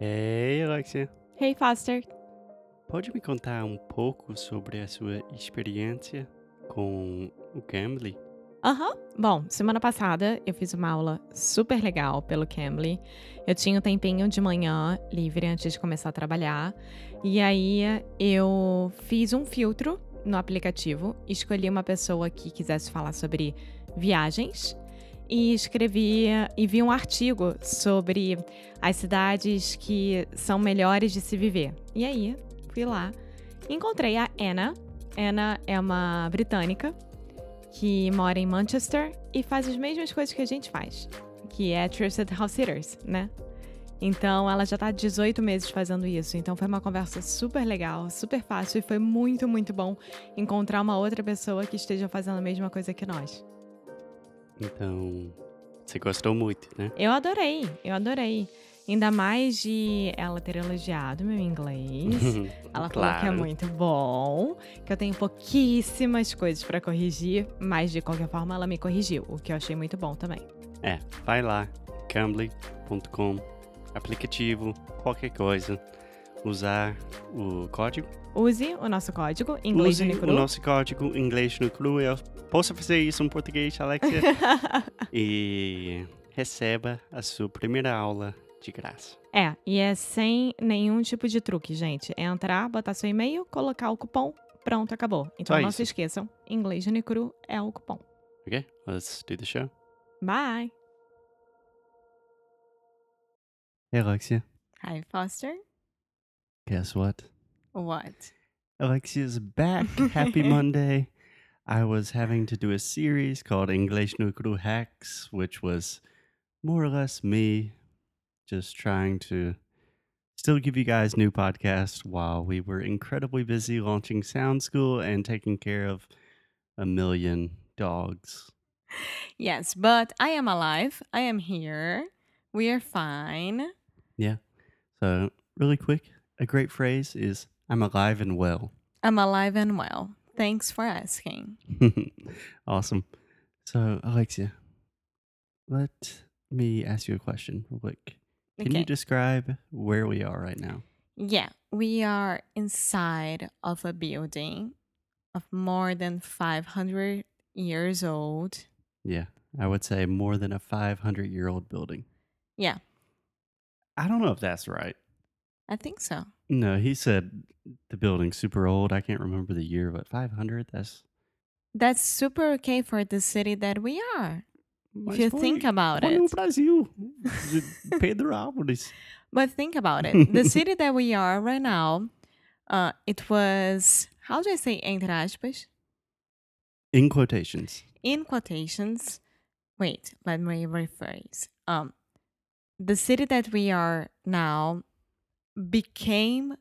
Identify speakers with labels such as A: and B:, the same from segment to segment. A: Ei, É, Alexia,
B: Hey, Foster.
A: pode me contar um pouco sobre a sua experiência com o Cambly?
B: Aham. Bom, semana passada eu fiz uma aula super legal pelo Cambly. Eu tinha um tempinho de manhã livre antes de começar a trabalhar. E aí eu fiz um filtro no aplicativo, escolhi uma pessoa que quisesse falar sobre viagens e escrevi e vi um artigo sobre as cidades que são melhores de se viver. E aí fui lá, encontrei a Anna. Anna é uma britânica que mora em Manchester e faz as mesmas coisas que a gente faz, que é Trusted House Sitters, né? Então ela já tá há 18 meses fazendo isso. Então foi uma conversa super legal, super fácil e foi muito, muito bom encontrar uma outra pessoa que esteja fazendo a mesma coisa que nós.
A: Então, você gostou muito, né?
B: Eu adorei, eu adorei. Ainda mais de ela ter elogiado meu inglês. Ela falou que é
A: Claro.
B: muito bom, que eu tenho pouquíssimas coisas pra corrigir, mas de qualquer forma ela me corrigiu, o que eu achei muito bom também.
A: É, vai lá, cambly.com, aplicativo, qualquer coisa, usar o código.
B: Use o nosso código inglês
A: Use
B: Unicru.
A: o nosso código inglês no cru. Eu posso fazer isso em português, Alexia? e receba a sua primeira aula de graça.
B: É, e é sem nenhum tipo de truque, gente. É entrar, botar seu e-mail, colocar o cupom, pronto, acabou. Então
A: Só
B: não
A: isso.
B: se esqueçam, inglês Unicru é o cupom.
A: Ok? Let's do the show.
B: Bye!
A: Hey, Alexia.
C: Hi, Foster.
A: Guess what?
C: What?
A: Alexia's back. Happy Monday. I was having to do a series called English No Cru Hacks, which was more or less me just trying to still give you guys new podcasts while we were incredibly busy launching Sound School and taking care of a million dogs.
C: Yes, but I am alive. I am here. We are fine.
A: So, really quick, a great phrase is I'm alive and well.
C: I'm alive and well. Thanks for asking.
A: awesome. So, Alexia, let me ask you a question real quick. Can
C: Okay.
A: you describe where we are right now?
C: yeah, we are inside of a building of more than 500 years old.
A: Yeah, I would say more than a 500 year old building.
C: Yeah,
A: I don't know if that's right.
C: I think so.
A: No, he said the building's super old. I can't remember the year, but 500, that's.
C: That's super okay for the city that we are.
A: Mas
C: if you
A: foi-
C: think about
A: foi
C: it.
A: no Brasil. De Pedrópolis.
C: But think about it. The city that we are right now, uh, it was, how do I say, entre aspas?
A: In quotations.
C: in quotations wait let me rephrase um the city that we are now became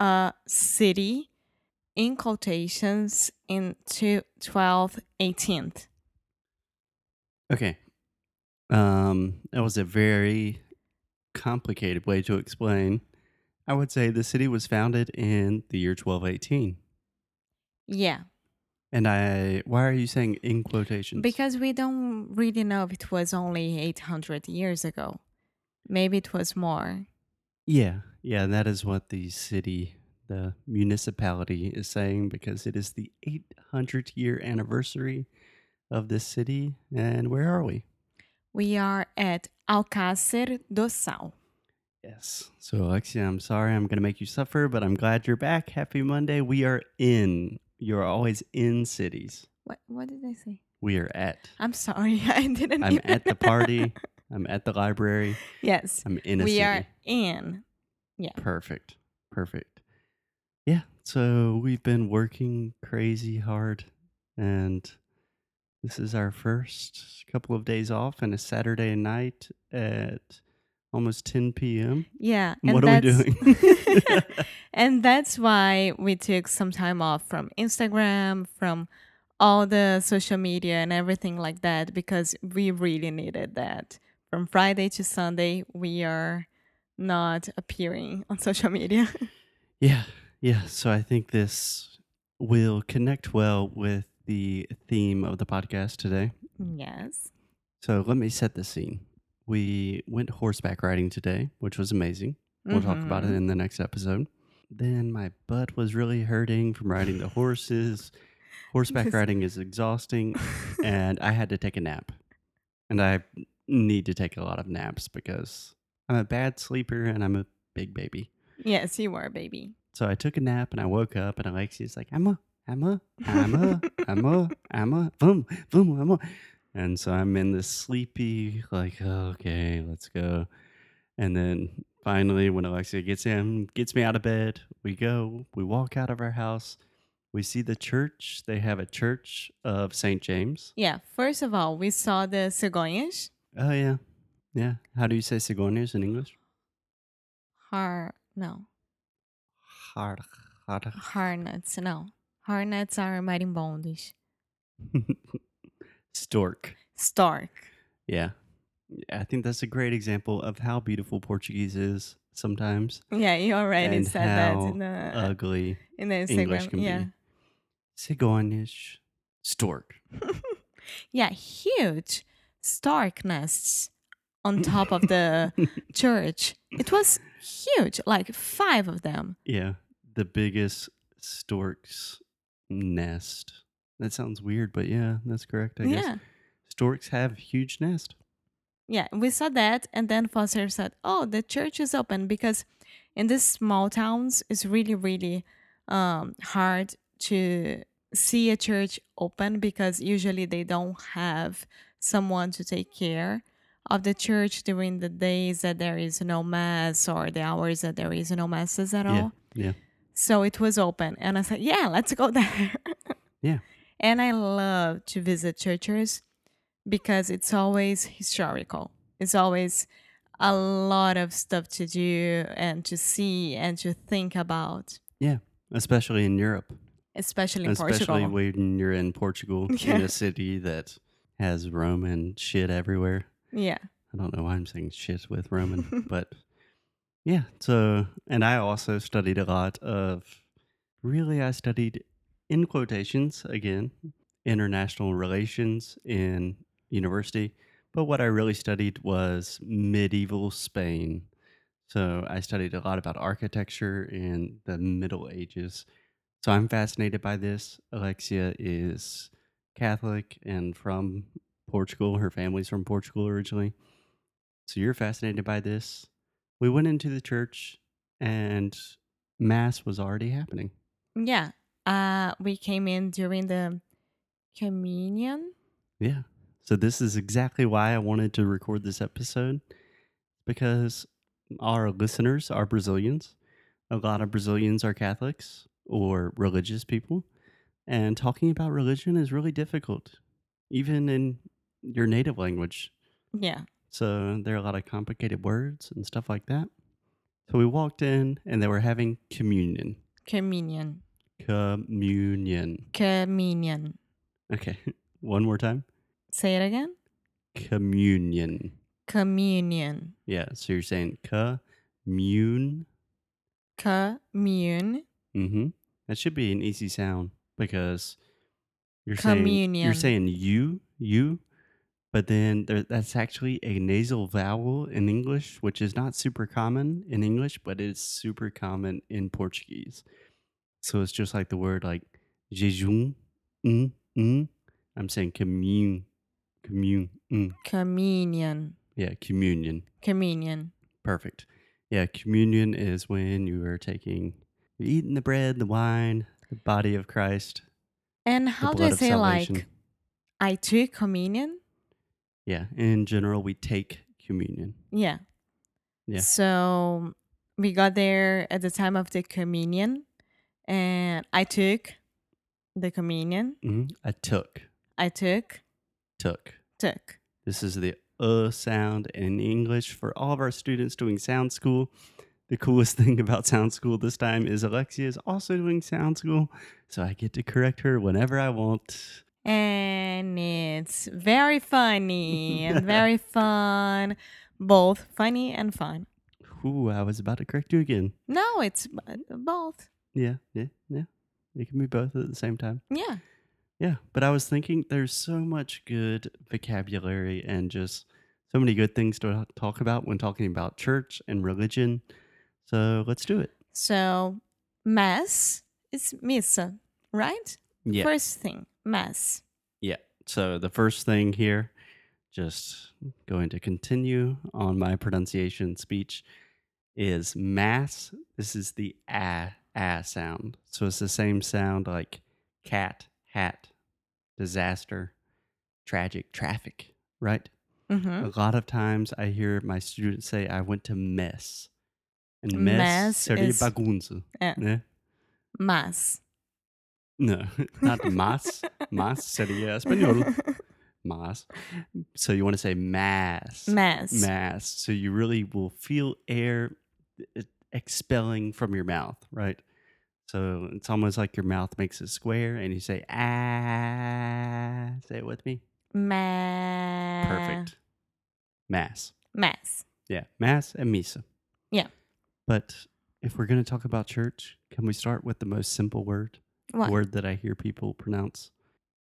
C: a city in quotations in two- 12th 18th
A: Okay. Um, that was a very complicated way to explain. I would say the city was founded in the year 1218.
C: yeah
A: And I, why are you saying in quotations?
C: because we don't really know if it was only 800 years ago maybe it was more
A: yeah, yeah, that is what the city, the municipality is saying because it is the 800 year anniversary of this city. And where are we?
C: we are at alcácer do sal
A: Yes. So, Alexia, I'm sorry I'm going to make you suffer, but I'm glad you're back. Happy Monday. We are in. You're always in cities.
C: what, what did i say
A: We are at.
C: i'm sorry i didn't
A: I'm
C: even-
A: at the party. I'm at the library.
C: yes
A: I'm in a
C: we
A: city.
C: are in.
A: Perfect. Perfect. Yeah. So we've been working crazy hard and this is our first couple of days off and a Saturday night at almost 10 p.m.
C: Yeah.
A: what are we
C: that's-
A: doing?
C: and that's why we took some time off from Instagram, from all the social media and everything like that, because we really needed that. From Friday to Sunday, we are not appearing on social media.
A: Yeah, yeah. So I think this will connect well with the theme of the podcast today.
C: yes.
A: So let me set the scene. We went horseback riding today, which was amazing. We'll talk about
C: Mm-hmm.
A: it in the next episode. Then my butt was really hurting from riding the horses. Horseback
C: This-
A: riding is exhausting, and I had to take a nap. And I need to take a lot of naps because I'm a bad sleeper and I'm a big baby.
C: yes, you are, baby.
A: So I took a nap and I woke up, and Alexia's like, Emma, Emma, Emma, Emma, Emma, boom, boom, Emma. And so I'm in this sleepy, like, okay, let's go. And then finally, when Alexia gets in, gets me out of bed, we go, we walk out of our house, we see the church. They have a church of St. James.
C: Yeah, first of all, we saw the cegonhas.
A: Oh, yeah. Yeah. How do you say cigonias in English?
C: Har, no,
A: Har, har.
C: harnets, no. Harnets are marimbondos.
A: Stork.
C: Stork.
A: Yeah. I think that's a great example of how beautiful Portuguese is sometimes.
C: Yeah, you already
A: And
C: said that
A: how
C: in the,
A: Ugly
C: in the
A: English
C: Instagram.
A: can
C: Yeah.
A: be. Cigonish. Stork.
C: Yeah, huge stork nests on top of the church. It was huge, like five of them.
A: Yeah. The biggest stork's nest. That sounds weird, but yeah, that's correct, I
C: yeah.
A: guess. Storks have huge nest.
C: Yeah, we saw that, and then Foster said, "Oh, the church is open because in these small towns, it's really, really um, hard to see a church open because usually they don't have someone to take care of the church during the days that there is no mass or the hours that there is no masses at all."
A: Yeah.
C: So it was open, and I said, "Yeah, let's go there."
A: Yeah.
C: And I love to visit churches because it's always historical. It's always a lot of stuff to do and to see and to think about,
A: Yeah. Especially in Europe.
C: especially in
A: Especially
C: Portugal.
A: when you're in Portugal in
C: Yeah.
A: a city that has Roman shit everywhere.
C: yeah.
A: I don't know why I'm saying shit with Roman, but yeah. So, and I also studied a lot of, really, I studied in quotations again, international relations in university. But what I really studied was medieval Spain. So I studied a lot about architecture in the Middle Ages. So I'm fascinated by this. Alexia is Catholic and from Portugal. Her family's from Portugal originally. So you're fascinated by this. We went into the church and mass was already happening.
C: Yeah. Uh, we came in during the communion.
A: Yeah. So this is exactly why I wanted to record this episode because our listeners are Brazilians. A lot of Brazilians are Catholics or religious people. And talking about religion is really difficult, even in your native language.
C: Yeah.
A: So there are a lot of complicated words and stuff like that. So we walked in and they were having communion.
C: Communion.
A: Communion.
C: Communion.
A: Okay. One more time.
C: Say it again.
A: Communion.
C: Communion.
A: Yeah. So you're saying commune.
C: Commune.
A: Mm-hmm. That should be an easy sound because you're saying you're
C: Communion.
A: saying you you, but then there, that's actually a nasal vowel in English, which is not super common in English, but it's super common in Portuguese. So it's just like the word like jejum. Mm, mm. I'm saying commune, commune. Mm.
C: Communion.
A: Yeah, communion.
C: Communion.
A: Perfect. Yeah, communion is when you are taking, you're eating the bread, the wine, the body of Christ,
C: And
A: the
C: how do
A: blood
C: I
A: of
C: say
A: salvation.
C: like I took communion?
A: yeah, in general, we take communion.
C: Yeah.
A: Yeah.
C: So we got there at the time of the communion and I took the communion.
A: hmm I took,
C: I took
A: took.
C: took.
A: This is the uh sound in English for all of our students doing sound school. The coolest thing about sound school this time is Alexia is also doing sound school, so I get to correct her whenever I want.
C: And it's very funny and very fun. Both funny and fun.
A: Ooh, I was about to correct you again.
C: No, it's b- both.
A: Yeah, yeah, yeah. It can be both at the same time.
C: Yeah.
A: Yeah, but I was thinking there's so much good vocabulary and just so many good things to talk about when talking about church and religion. So let's do it.
C: So, mass is missa, right?
A: Yeah.
C: First thing, mass.
A: Yeah. So the first thing here, just going to continue on my pronunciation speech, is mass. This is the ah ah sound. So it's the same sound like cat, hat, disaster, tragic, traffic, right?
C: Mm-hmm.
A: A lot of times I hear my students say, I went to mess. And
C: Mess
A: mess seria
C: is-
A: bagunça.
C: É.
A: Né?
C: Mass.
A: No, not mas. Mas seria espanhol. Mas. So you want to say mass.
C: mass.
A: Mass. So you really will feel air e- expelling from your mouth, right? So it's almost like your mouth makes a square and you say, ah. Say it with me.
C: Ma-
A: Perfect. Mass.
C: Mass.
A: Yeah. Mass and Misa.
C: Yeah.
A: But if we're going to talk about church, can we start with the most simple word?
C: What?
A: Word that I hear people pronounce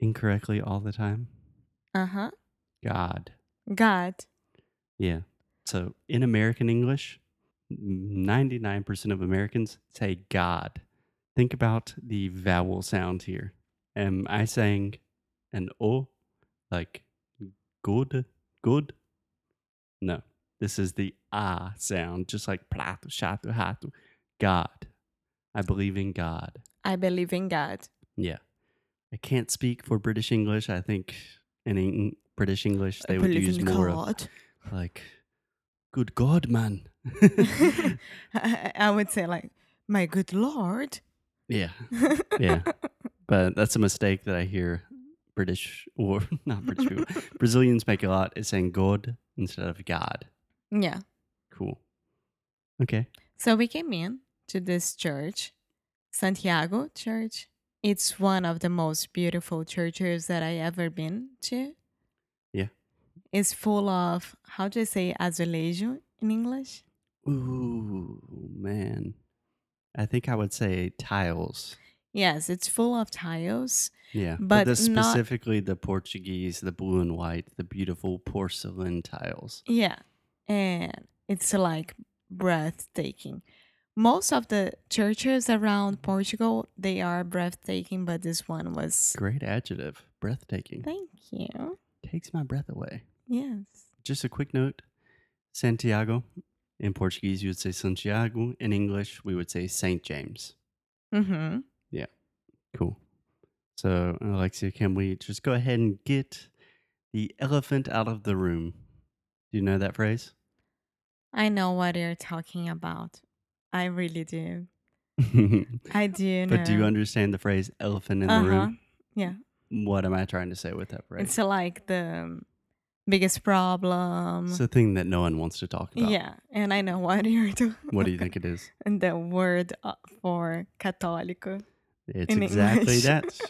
A: incorrectly all the time?
C: Uh huh.
A: God.
C: God.
A: Yeah. So in American English, 99% of Americans say God. Think about the vowel sound here. Am I saying an O like good, good? No. This is the ah sound, just like plato, shato, hatu. God. I believe in God.
C: I believe in God.
A: Yeah. I can't speak for British English. I think in Eng- British English, they would use more of like, good God, man.
C: I I would say like, my good Lord.
A: yeah, yeah. But that's a mistake that I hear British or not British people, Brazilians make a lot is saying God instead of God.
C: yeah.
A: Cool. Okay.
C: So we came in to this church, Santiago Church. It's one of the most beautiful churches that I ever been to.
A: Yeah.
C: It's full of how do I say azulejo in English?
A: Ooh, man. I think I would say tiles.
C: Yes, it's full of tiles.
A: Yeah.
C: But
A: this
C: not-
A: specifically the Portuguese, the blue and white, the beautiful porcelain tiles.
C: Yeah. And it's like breathtaking. Most of the churches around Portugal, they are breathtaking, but this one was
A: Great adjective. Breathtaking.
C: Thank you.
A: Takes my breath away.
C: Yes.
A: just a quick note Santiago in Portuguese, you would say Santiago. In English, we would say St. James.
C: Mhm.
A: Cool. So, Alexia, can we just go ahead and get the elephant out of the room? Do you know that phrase?
C: I know what you're talking about. I really do.
A: but
C: I do know.
A: do you understand the phrase elephant in
C: Uh-huh.
A: the room?
C: Yeah.
A: What am I trying to say with that phrase?
C: It's like the biggest problem.
A: It's the thing that no one wants to talk about.
C: yeah, and I know what you're doing.
A: What do you think it is?
C: And the word uh, for católico.
A: It's
C: in
A: exactly
C: English.
A: that.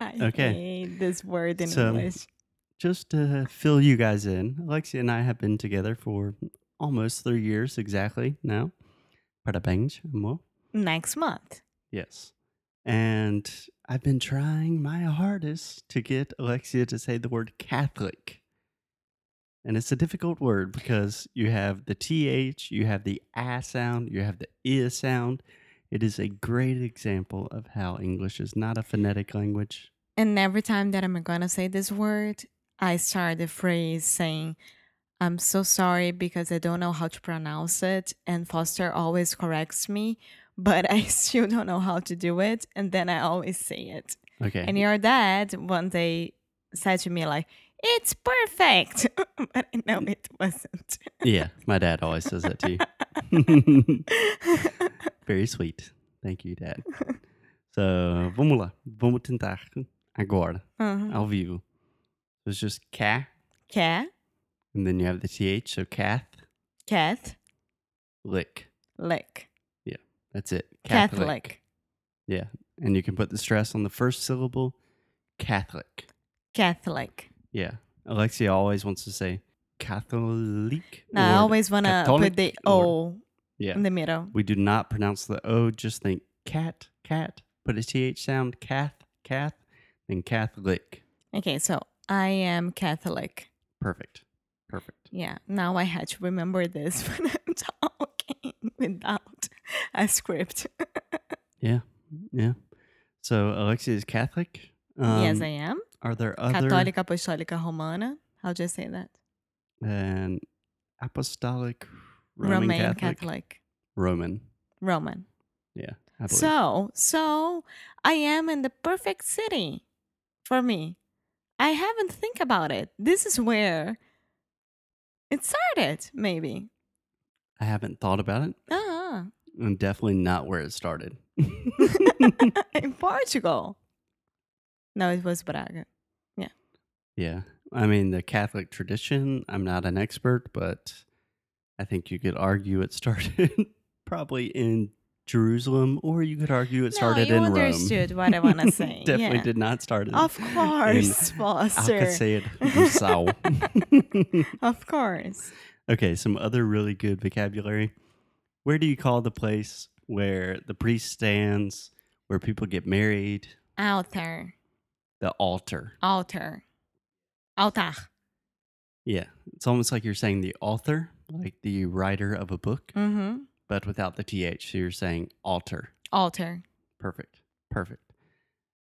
C: I
A: Okay.
C: hate this word in
A: So-
C: English.
A: just to fill you guys in, Alexia and I have been together for almost three years exactly now. Para bangs, amor.
C: Next month.
A: Yes. And I've been trying my hardest to get Alexia to say the word Catholic. And it's a difficult word because you have the TH, you have the I sound, you have the I sound. It is a great example of how English is not a phonetic language.
C: And every time that I'm gonna say this word, I start the phrase saying, I'm so sorry because I don't know how to pronounce it. And Foster always corrects me, but I still don't know how to do it. And then I always say it.
A: Okay.
C: And your dad one day said to me, like, it's perfect. but I know it wasn't.
A: yeah, my dad always says that to you.
C: Uh-huh.
A: Very sweet. Thank you, Dad. so, vamos lá. Vamos tentar agora,
C: uh-huh.
A: ao vivo. So it's just ca,
C: Cat,
A: and then you have the th, so cath,
C: cat,
A: lick.
C: lick,
A: That's it.
C: Catholic.
A: Yeah. And you can put the stress on the first syllable, Catholic.
C: Catholic.
A: Yeah. Alexia always wants to say Catholic.
C: No, I
A: or
C: always want to
A: Catholic
C: put the
A: or-
C: O
A: Yeah.
C: in the middle.
A: We do not pronounce the O. Just think cat, cat. Put a th sound, cath, cath, and Catholic.
C: Okay, so I am Catholic.
A: Perfect. Perfect.
C: Yeah, now I had to remember this when I'm talking without a script.
A: Yeah. Yeah. So Alexia is Catholic.
C: yes,
A: Um,
C: I am.
A: Are there other
C: Católica Apostólica Romana. How'd you say that?
A: and apostolic Roman, Catholic? Roman.
C: Roman.
A: Yeah. I believe.
C: So, so I am in the perfect city for me. I haven't think about it. This is where it started, maybe.
A: I haven't thought about it.
C: Ah,
A: and definitely not where it started.
C: in Portugal. No, it was Braga.
A: yeah. I mean, the Catholic tradition, I'm not an expert, but I think you could argue it started probably in Jerusalem, or you could argue it started
C: no, you
A: in
C: understood
A: Rome.
C: what I want to say.
A: definitely
C: yeah.
A: did not start in
C: Of course, Foster.
A: Alcacer Gusau.
C: Of course.
A: okay, some other really good vocabulary. Where do you call the place where the priest stands, where people get married?
C: Altar.
A: The altar.
C: Altar. Altar.
A: Yeah. It's almost like you're saying the author, like the writer of a book,
C: Mm-hmm.
A: but without the TH. So you're saying altar.
C: Altar.
A: Perfect. Perfect.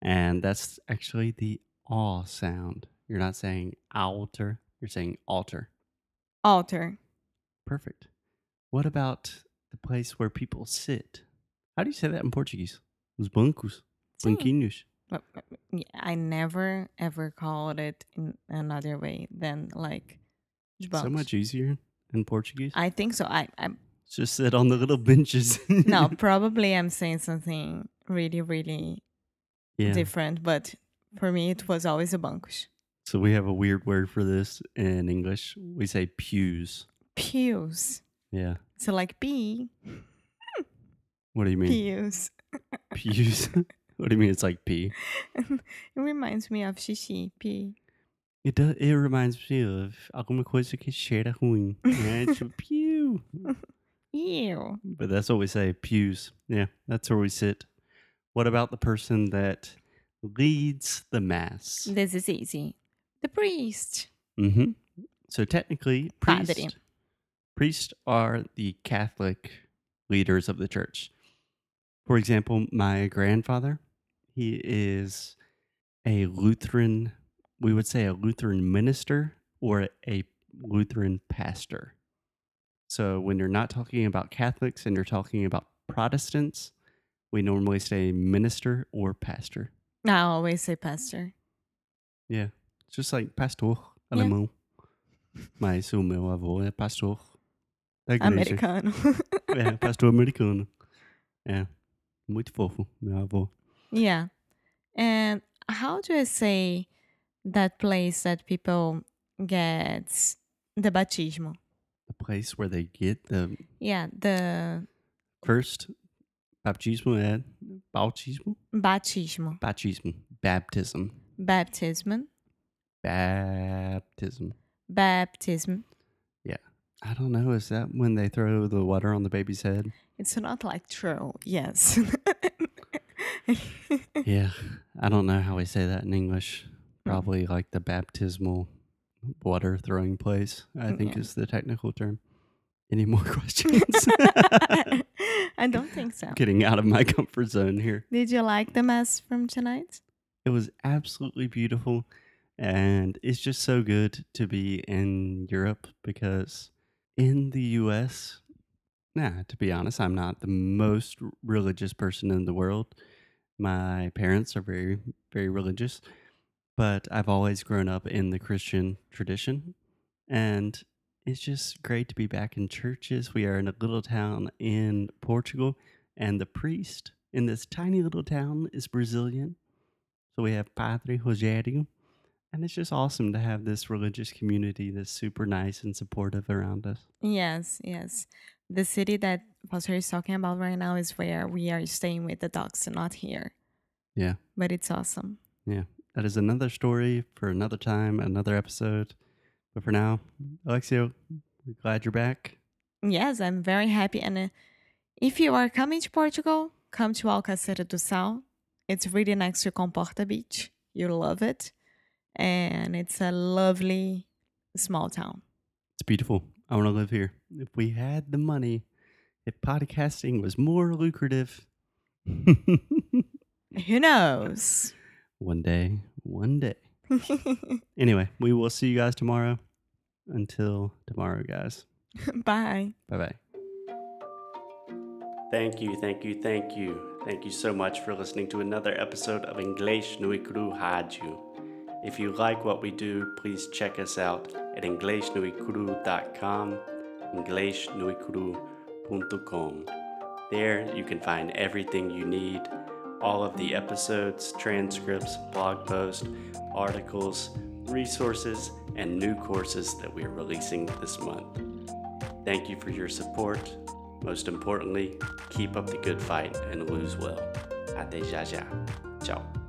A: And that's actually the aw sound. You're not saying altar, you're saying altar.
C: Altar.
A: Perfect. What about the place where people sit? How do you say that in Portuguese? Os bancos.
C: Sim.
A: Banquinhos.
C: But- but- but, yeah, I never ever called it in another way than like os
A: So
C: bancos.
A: much easier in Portuguese.
C: I think so. I I
A: Just sit on the little benches.
C: no, probably I'm saying something really really
A: yeah.
C: different, but for me it was always a bancos.
A: So we have a weird word for this in English. We say pews.
C: Pews.
A: Yeah.
C: So like pee,
A: What do you mean?
C: pews.
A: Pews. what do you mean? It's like pee.
C: it reminds me of xixi, pee.
A: It does. It reminds me of alguma coisa que cheira ruim. Yeah, It's a pew.
C: Ew.
A: But that's what we say. Pews. Yeah, that's where we sit. What about the person that leads the mass?
C: This is easy. The priest.
A: Mm-hmm. So technically,
C: Padre.
A: priests, priests are the Catholic leaders of the church. For example, my grandfather, he is a Lutheran, we would say a Lutheran minister or a Lutheran pastor. So when you're not talking about Catholics and you're talking about Protestants, we normally say minister or pastor.
C: I always say pastor.
A: Yeah. It's just like pastor
C: Yeah.
A: alemão. Mas o meu avô é pastor da igreja.
C: Americano.
A: É, pastor americano. É. Muito fofo, meu avô.
C: Yeah. And how do I say that place that people get the batismo?
A: The place where they get the
C: Yeah, the
A: first baptismo é bautismo?
C: batismo,
A: Baptism. Baptism.
C: baptism,
A: Baptism.
C: baptism.
A: I don't know. Is that when they throw the water on the baby's head?
C: It's not like true. Yes.
A: yeah. I don't know how we say that in English. Probably like the baptismal water throwing place, I think
C: Yeah.
A: is the technical term. Any more questions?
C: I don't think so.
A: Getting out of my comfort zone here.
C: Did you like the mess from tonight?
A: It was absolutely beautiful. And it's just so good to be in Europe because in the US, nah, to be honest, I'm not the most r- religious person in the world. My parents are very, very religious, but I've always grown up in the Christian tradition. And it's just great to be back in churches. We are in a little town in Portugal, and the priest in this tiny little town is Brazilian. So we have Padre Rogério. And it's just awesome to have this religious community that's super nice and supportive around us.
C: Yes, yes. The city that Pastor is talking about right now is where we are staying with the dogs, not here.
A: Yeah.
C: But it's awesome.
A: That is another story for another time, another episode. But for now, Alexio, we're glad you're back.
C: Yes, I'm very happy. And uh, if you are coming to Portugal, come to Alcacete do Sal. It's really next to Comporta Beach. You'll love it. And it's a lovely small town.
A: It's beautiful. I want to live here. If we had the money if podcasting was more lucrative.
C: Who knows?
A: one day, one day. Anyway, we will see you guys tomorrow. Until tomorrow, guys.
C: Bye.
A: Bye bye. Thank you, thank you, thank you. Thank you so much for listening to another episode of English Nui Kuru Haju. If you like what we do, please check us out at EnglishNuiKuru.com, EnglishNuiKuru.com. There you can find everything you need all of the episodes, transcripts, blog posts, articles, resources, and new courses that we are releasing this month. Thank you for your support. Most importantly, keep up the good fight and lose well. Ate Jaja. Ciao.